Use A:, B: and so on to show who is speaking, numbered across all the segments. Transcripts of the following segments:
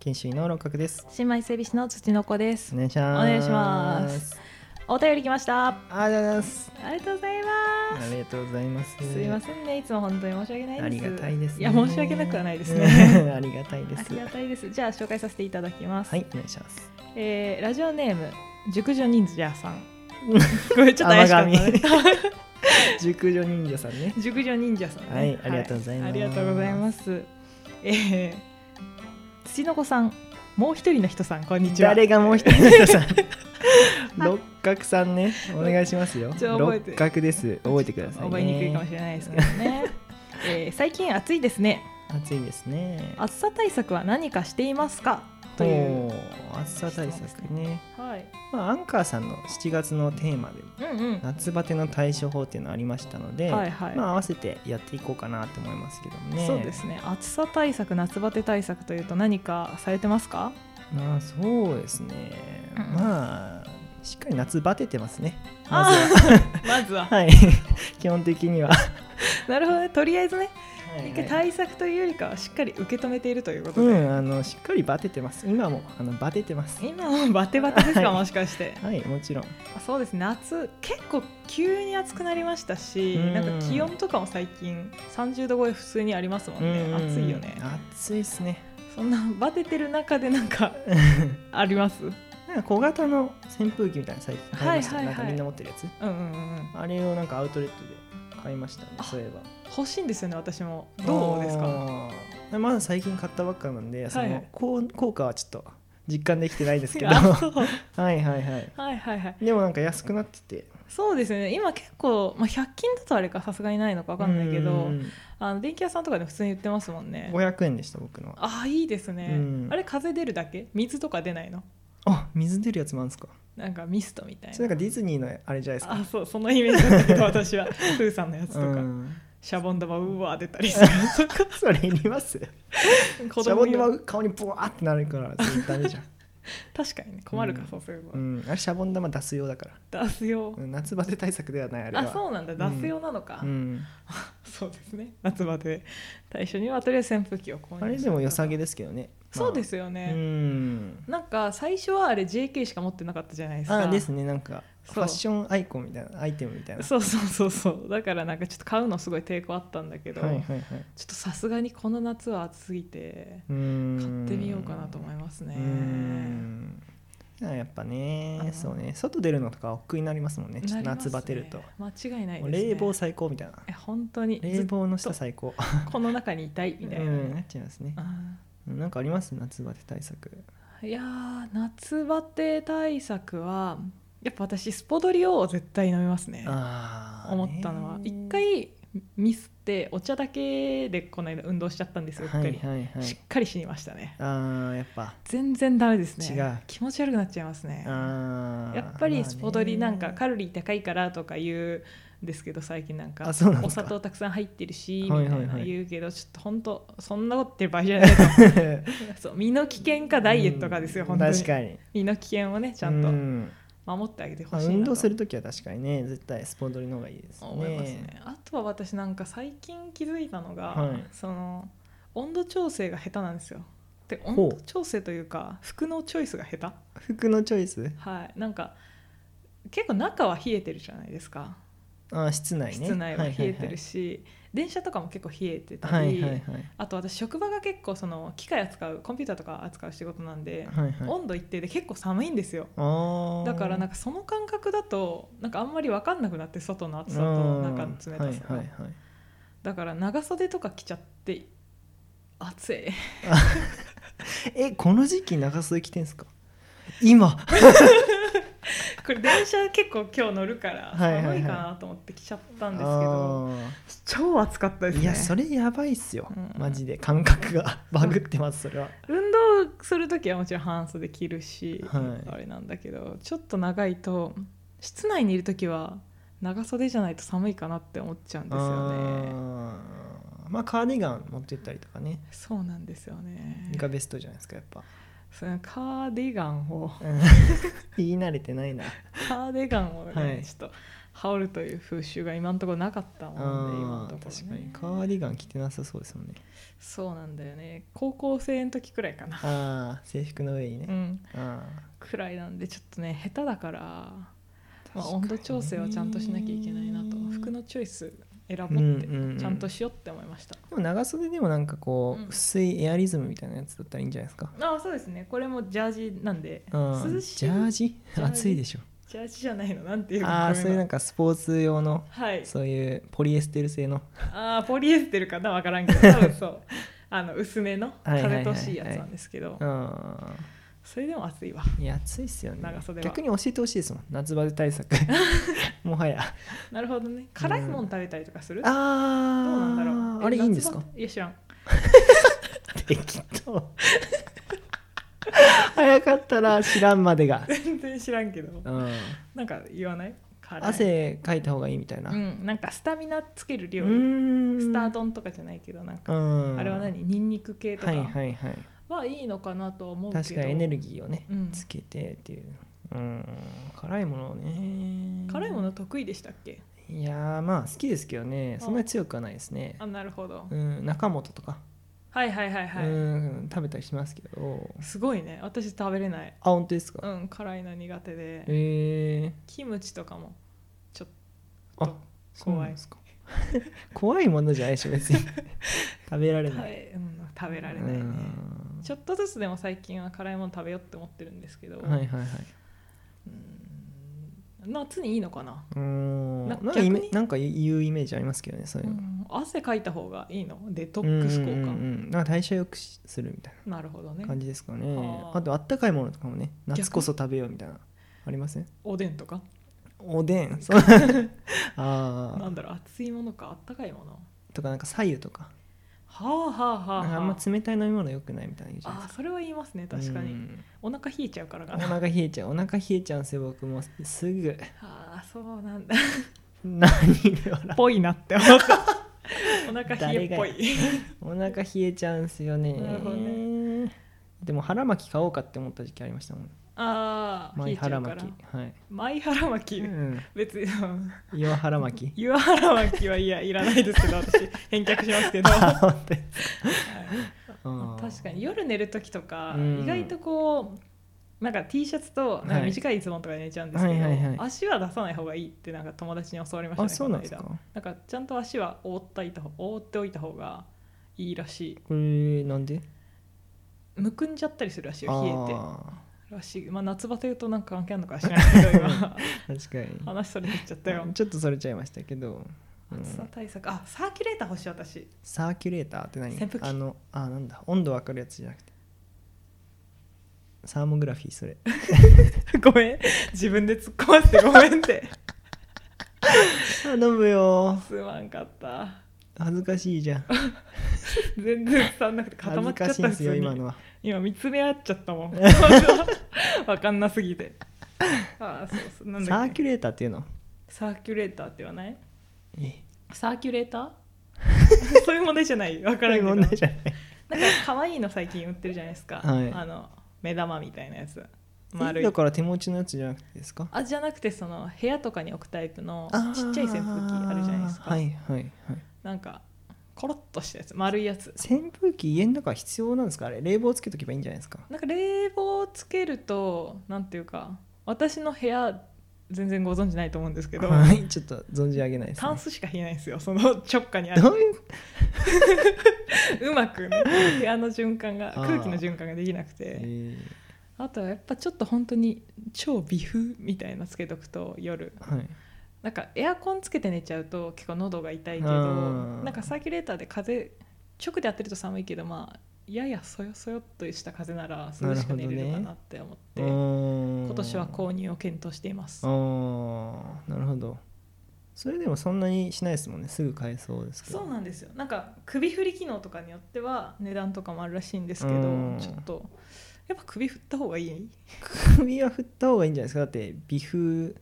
A: 研修医の六角です。
B: 新米整備士の土の子です
A: お。願いします。
B: お願いします。お便り来ました。あ
A: ありがとうございます。
B: りがとうござい
A: あ
B: ます。
A: りがとうございます。
B: すいませんね、いつも本当に申し訳ないです。
A: ありがたいです、ね。
B: いや、申し訳なくはないですね。
A: ありがたい で
B: あ
A: す。
B: りがたいです。じゃあ、紹介させていただきます。
A: はい、お願いします。
B: えーラジオネーム、熟女忍者 さん。これちょっと怪しかっ
A: 甘
B: たね。
A: 熟女忍者さんね。
B: 熟女忍者さん、ね。
A: はいありがとうございます
B: ありがとうございます。えー、土の子さん、もう一人の人さん、こんにち は。
A: 誰がもう一人の人さん。六角さんね、お願いしますよ。
B: ちょ覚えて
A: 六角です。覚えてください、ね。
B: 覚えにくいかもしれないですけど ね、えー最近暑いですね
A: 暑いですね。
B: 暑さ対策は何かしていますかという、
A: おー暑さ対策ね。
B: はい、
A: まあ、アンカーさんの7月のテーマで
B: うんうん
A: 夏バテの対処法っていうのありましたので、
B: はいはい、
A: まあ合わせてやっていこうかなと思いますけどもね。
B: そうですね暑さ対策夏バテ対策というと何かされてま すか
A: まあそうですね。
B: うん
A: まあしっかり夏バテてますね。まず
B: あ
A: は
B: ーまずは
A: はい。 基本的には。
B: なるほどねとりあえずね
A: はい
B: 一回対策というよりかはしっかり受け止めているということ
A: う
B: で、
A: んあのしっかりバテてます。今もあのバテてます。
B: 今もバテバテですか、
A: はい
B: もしかして
A: はいもちろん。
B: そうですね夏結構急に暑くなりましたし、
A: うん
B: なんか気温とかも最近30度超え普通にありますもんね、
A: うん
B: 暑いよね
A: 暑いですね。
B: そんなバテてる中でなんかありますうん
A: なんか小型の扇風機みたいなの最近買いました、
B: はいはいは
A: なん
B: い
A: かみんな持ってるやつ。
B: うんうんうん
A: あれをなんかアウトレットで買いましたね。そういえば。
B: 欲しいんですよね私もどうで すか
A: あーまだ最近買ったばっかなんで、そ
B: は
A: の
B: い
A: こう効果はちょっと実感できてないですけど
B: あ
A: は
B: そうは い
A: はいはい
B: いはいはい
A: でもなんか安くなってて
B: そうですね今結構、まあ、100均だとあれかさすがにないのかわかんないけど
A: うん
B: あの電気屋さんとかで普通に売ってますもんね
A: 500円でした僕のは
B: ああいいですね、
A: うん
B: あれ風出るだけ水とか出ないの
A: あ水出るやつもあるんですか
B: なんかミストみたいな
A: それなんかディズニーのあれじゃないですか
B: あそうそのイメージだったけど私はプ ーさんのやつとか、
A: うん、
B: シャボン玉うわー出たりするそっか
A: それいります
B: 子
A: シャボ
B: 供
A: ン
B: には
A: 玉顔にブワーってなるからそれダメじゃ ん、
B: 確かにね困るか、
A: うん
B: そうすれば、
A: うん、あれシャボン玉出す用だから
B: 出すよ
A: うん夏バテ対策ではないあれは
B: あそうなんだ
A: うん
B: 出すよなのか、
A: うん、
B: そうですね夏バテ対処にはとりあえず扇風機を購入
A: あれでも良さげですけどね、
B: そうですすよ
A: う
B: ね、
A: ん
B: なんか最初はあれ JK しか持ってなかったじゃないですか
A: あですねなんか
B: そう
A: ファッションアイコンみたいなアイテムみたいな
B: そうそうそうそうだからなんかちょっと買うのすごい抵抗あったんだけど、
A: はいはいはい
B: ちょっとさすがにこの夏は暑すぎて
A: う
B: 買
A: ーん
B: ってみようかなと思いますね
A: うーんあやっぱ
B: う
A: ね
B: ん
A: そうね外出るのとか億劫になりますもんねちょっと
B: なります
A: 夏
B: ね
A: バテると、
B: 間違いない
A: も
B: で
A: う
B: すね
A: 冷房最高みたいな
B: え本当にず
A: 冷
B: っと
A: 房の下最高
B: この中にいたいみたいな
A: う
B: ね、
A: んなっちゃいますね
B: あ
A: なんかあります夏バテ対策
B: ーいやー夏バテ対策はやっぱ私スポドリを絶対飲みますね
A: あー
B: 思ったのは
A: ね
B: 一回ミスってお茶だけでこの間運動しちゃったんですようっか
A: は
B: り、
A: いはいは
B: し
A: い
B: っかり死にましたね
A: あーやっぱ
B: 全然ダメですね
A: 違う
B: 気持ち悪くなっちゃいますね
A: あー
B: やっぱりスポドリな
A: まあ
B: んか
A: ね
B: カロリー高いからとか言うんですけど最近なんか
A: あそうなんで
B: お
A: すか
B: 砂糖たくさん入ってるしみ
A: は
B: た
A: い
B: い
A: はいはい
B: な言うけどちょっと本当そんなこと言ってる場合じゃないと そう身の危険かダイエットかですよ
A: うん
B: 本当に
A: 確かに
B: 身の危険をねちゃん
A: う
B: と
A: ん
B: 守ってあげてほ
A: まあ
B: しいなと
A: 運動するときは確かにね絶対スポンドリの方がいいですね
B: 思いますねあとは私なんか最近気づいたのが、
A: はい
B: その温度調整が下手なんですよで温
A: ほう
B: 度調整というか服のチョイスが下手
A: 服のチョイス
B: はいなんか結構中は冷えてるじゃないですか
A: あ室内ね
B: 室内は冷えてるし、電車とかも結構冷えてた
A: は
B: り、
A: いはいはい
B: あと私職場が結構その機械扱うコンピューターとか扱う仕事なんで、
A: はいはいはい
B: 温度一定で結構寒いんですよ
A: あ
B: だからなん
A: か
B: かその感覚だとなんかあんまり分かんなくなって外の暑さと中の冷たさが、
A: はいはいはい
B: だから長袖とか着ちゃって暑い
A: えこの時期長袖着てんすか今
B: これ電車結構今日乗るから
A: はいはいは
B: 寒
A: い
B: いかなと思って着ちゃったんですけど、
A: あ
B: 超暑かったです
A: ー
B: ね
A: いやそれやばいっすよ
B: うん
A: マジで感覚が バグってますそれは
B: 運動する時はもちろん半袖着るし、
A: はい
B: あれなんだけどちょっと長いと室内にいる時は長袖じゃないと寒いかなって思っちゃうんですよね
A: あーまあカーディガン持ってったりとかね
B: そうなんですよね
A: がベストじゃないですかやっ ぱ
B: そのカーディガンを
A: うん言い慣れてないな
B: カーディガンをね、
A: はい
B: ちょっと羽織るという風習が今のところなかったもんで今の
A: あ
B: と
A: あ
B: こ
A: 確
B: ろ
A: かに
B: ね
A: カーディガン着てなさそうですもんね
B: そうなんだよね高校生の時くらいかな
A: ああ制服の上にね、
B: うん
A: あ
B: くらいなんでちょっとね下手だから
A: あ
B: まあ、温度調整はちゃんとしなきゃいけないなと服のチョイス選ぼうって
A: うんうんうん
B: ちゃんとしようって思いました、
A: でも長袖でもなんかこう、
B: うん
A: 薄いエアリズムみたいなやつだったらいいんじゃないですか、
B: ああそうですねこれもジャージなんで
A: うん、
B: 涼しい
A: ジャージ
B: ジャージ
A: 暑いでしょ
B: ジャージじゃないのなんていう
A: ああそういうなん
B: か
A: かスポーツ用の
B: はい
A: そういうポリエステル製の
B: ああポリエステルかなわからんけど多分 そうあの薄めの
A: はいはいはいは
B: 風
A: い
B: 通しいいやつなんですけど
A: うん
B: それでも暑 いわ
A: いや暑いっすよね
B: 長袖は
A: 逆に教えてほしいですもん夏バテ対 策もはや
B: なるほどね辛いもん食べたりとかする、ど
A: あ
B: う
A: ー
B: なんだろうえ
A: あれいいんですか
B: 夏場いや知らん
A: 適当早かったら知らんまでが、
B: 全然知らんけど
A: うん、
B: なんか言わない辛い
A: 汗かいた方がいいみたいな、
B: うんなんかスタミナつける料理
A: ーん
B: スタートンとかじゃないけどなんか
A: うん
B: あれは何ニンニク系と
A: はい
B: か
A: はいはい
B: はいいのかなとは思うけど
A: 確かにエネルギーをね、
B: うん
A: つけてっていううん辛いものをね
B: 辛いもの得意でしたっけ
A: いやーまあ好きですけどね
B: あ
A: そんなに強くはないですね
B: あなるほど
A: うん中本とか、
B: はいはいはいはい、
A: うん食べたりしますけど
B: すごいね私食べれない
A: あ本当です
B: う
A: か、
B: ん辛いの苦手で
A: えー、
B: キムチとかもちょっ
A: あ
B: と
A: そうなんですか 怖いものじゃないでしょ 別に食べられ
B: 食
A: ない
B: べ,、うん、食べられないね
A: うん
B: ちょっとずつでも最近は辛いもの食べようって思ってるんですけど、
A: はいはいはい
B: うん夏にいいのかな、
A: うーん
B: な
A: なんかイメ
B: 逆に
A: なんか言うイメージありますけどねそういう
B: う
A: の、
B: ん汗かいた方がいいのデトックス効果、
A: うんうんうんなんか代謝よくしするみたい
B: なるほどね
A: な感じですかね
B: はあ
A: あとあったかいものとかもね夏こそ食べようみたいなありません
B: おでんとか
A: おでん そう
B: な
A: あ
B: んだろう熱いものかあったかいもの
A: ーとかなんか左右とか
B: はあはあはあ
A: なんかあん
B: は
A: ま冷たい飲み物よくないみたいな言うじゃないで
B: ああそれは言いますね確
A: すか
B: かに、
A: うん
B: お腹冷えちゃうからか
A: お
B: な
A: 腹冷えちゃうお腹冷えちゃうんですよ僕もす ぐ
B: ああそうなんだ
A: 何で笑
B: ぽいなって思った お腹冷
A: 誰
B: え
A: が
B: っぽい
A: お腹冷えちゃうんすよね
B: なるほど
A: でも腹巻き買おうかって思った時期ありましたもん
B: ああ冷
A: マイ
B: えちゃ
A: 腹
B: うから
A: 巻きはい、
B: マイ腹巻き、
A: うん、
B: 別にうん
A: 岩腹巻き
B: 湯腹巻きはいやいらないですけど私返却しますけど、
A: あ
B: はい
A: 本当にあー
B: 確かに夜寝る時とか、
A: うん
B: 意外とこうなんか T シャツとなんか短いズボンとかで寝ちゃうんですけど、
A: はいはいはい
B: 足は出さない方がいいってなんか友達に教わりました
A: あ
B: ね
A: そうなんです
B: こ
A: か
B: の間なんかちゃんと足は覆ったいた方覆っておいた方がいいらしい
A: これなんで
B: むくんじゃったりするらしい
A: あ
B: よ冷え
A: ー
B: てらしいまあ夏バテとなんか関係あるのかは知らないけど今
A: 確か
B: 話それてっちゃったよ
A: にちょっとそれちゃいましたけど、うん
B: 暑さ対策あサーキュレーター欲しい私
A: サーキュレーターって何
B: 扇風機
A: あのあなんだ温度わかるやつじゃなくてサーモグラフィーそ れ
B: ごめん自分で突っ込ませてごめんって
A: 頼むよ
B: すまんかった
A: 恥ずかしいじゃん
B: 全然伝わんなくて固
A: 恥ず
B: まっちゃ
A: か
B: っ
A: しいん
B: た
A: ですよ
B: 普通に
A: 今のは
B: 今見つめ合っちゃった もんわかんなすぎてああそうそうなん
A: サ
B: だっ
A: ー
B: け
A: キュレーターっていうの
B: サーキュレーターって言わない
A: え
B: サーキュレーター そういう問題じゃないわ
A: こ
B: からん
A: れ
B: けど
A: 問題じゃない
B: なんか可愛いの最近売ってるじゃないですか、
A: はい
B: あの目玉みたいなやつ
A: え
B: 丸い
A: だから手持ちのやつじゃなくてですか
B: あじゃなくてその部屋とかに置くタイプのちっちゃい扇風機あるじゃないですか、
A: あーはいはいはい
B: なんかコロッとしたやつ丸いやつ
A: 扇風機家の中必要なんですかあれ冷房つけとけばいいんじゃないですか
B: なんか冷房つけるとなんていうか私の部屋全然ご存知ないと思うんですけど
A: はいちょっと存じ上げないです、
B: タン
A: ね、
B: スしか冷えないんですよその直下にある
A: どういう
B: うまくね部屋の循環が
A: あー
B: 空気の循環ができなくて、
A: え
B: あとはやっぱちょっと本当に超微風みたいなつけとくと夜
A: ーはい
B: なんかエアコンつけて寝ちゃうと結構喉が痛いけど
A: うん
B: なんかサーキュレーターで風直で当てると寒いけどまあややそよそよっとした風なら涼しく寝れるかなって思って、今
A: 今
B: 年は購入を検討しています
A: あーなるほどそれでもそんなにしないですもんねすぐ買えそうですけど
B: そう
A: で
B: なんですよなんか首振り機能とかによっては値段とかもあるらしいんですけど
A: うん
B: ちょっとやっぱ首振った方がいい
A: す首は振った方がいいんじゃないですかだって微風ん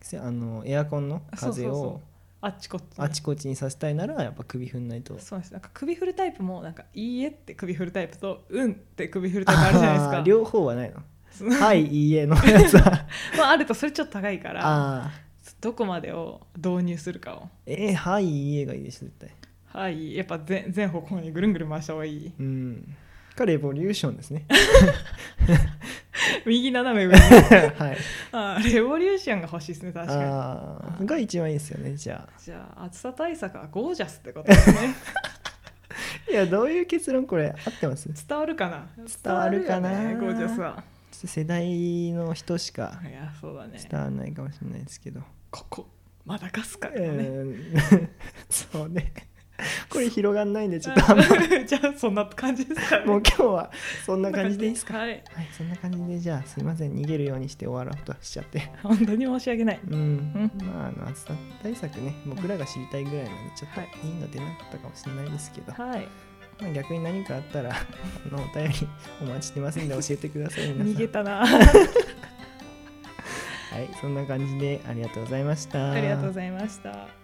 A: せあのエアコンの風
B: そうそうそ
A: を
B: あっちこっちに
A: あちこちにさせたいならやっぱ首振んないと
B: そうですなんか首振るタイプもなんか「いいえ」って首振るタイプと「うん」って首振るタイプあるじゃないです
A: あ
B: か
A: ー両方はないの
B: その
A: はい、いいえのやつは。
B: まあ、あるとそれちょっと高いから
A: あ
B: どこまでを導入するかを
A: えー、はい家がいいでしょ絶対
B: はいやっぱ全全方向にぐるんぐるん回した方がい い
A: うんかレボリューションですね
B: 右斜め上に
A: はい
B: あーレボリューションが欲しいですね確か
A: あーが一番いいですよねじゃあ
B: にじゃあ暑さ対策はゴージャスってことです ね
A: いやどういう結論これ合ってますちょ
B: 伝わるかな
A: 伝わるかな
B: 伝わるよねゴージャスは
A: っと世代の人しか
B: いやそうだね
A: 伝わらないかもしれないですけど、
B: ここマダガスカルだね、
A: うんそうねこれ広がんないんでちょっとあんま
B: じゃあそんな感じですかね
A: もう今日はそんな感じでいい ですか
B: はい
A: はいそんな感じでじゃあすいません逃げるようにして終わろうとしちゃって
B: 本当に申し訳ない
A: うん
B: うん
A: まああの暑さ対策ね僕らが知りたいぐらいなんでちょっ
B: はい
A: といいの出なかったかもしれないですけど、
B: はい
A: まあ、逆に何かあったら あのお便りお待ちしてますんで教えてください皆さん
B: 逃げた
A: は
B: な
A: いそんな感じでありがとうございました
B: ありがとうございました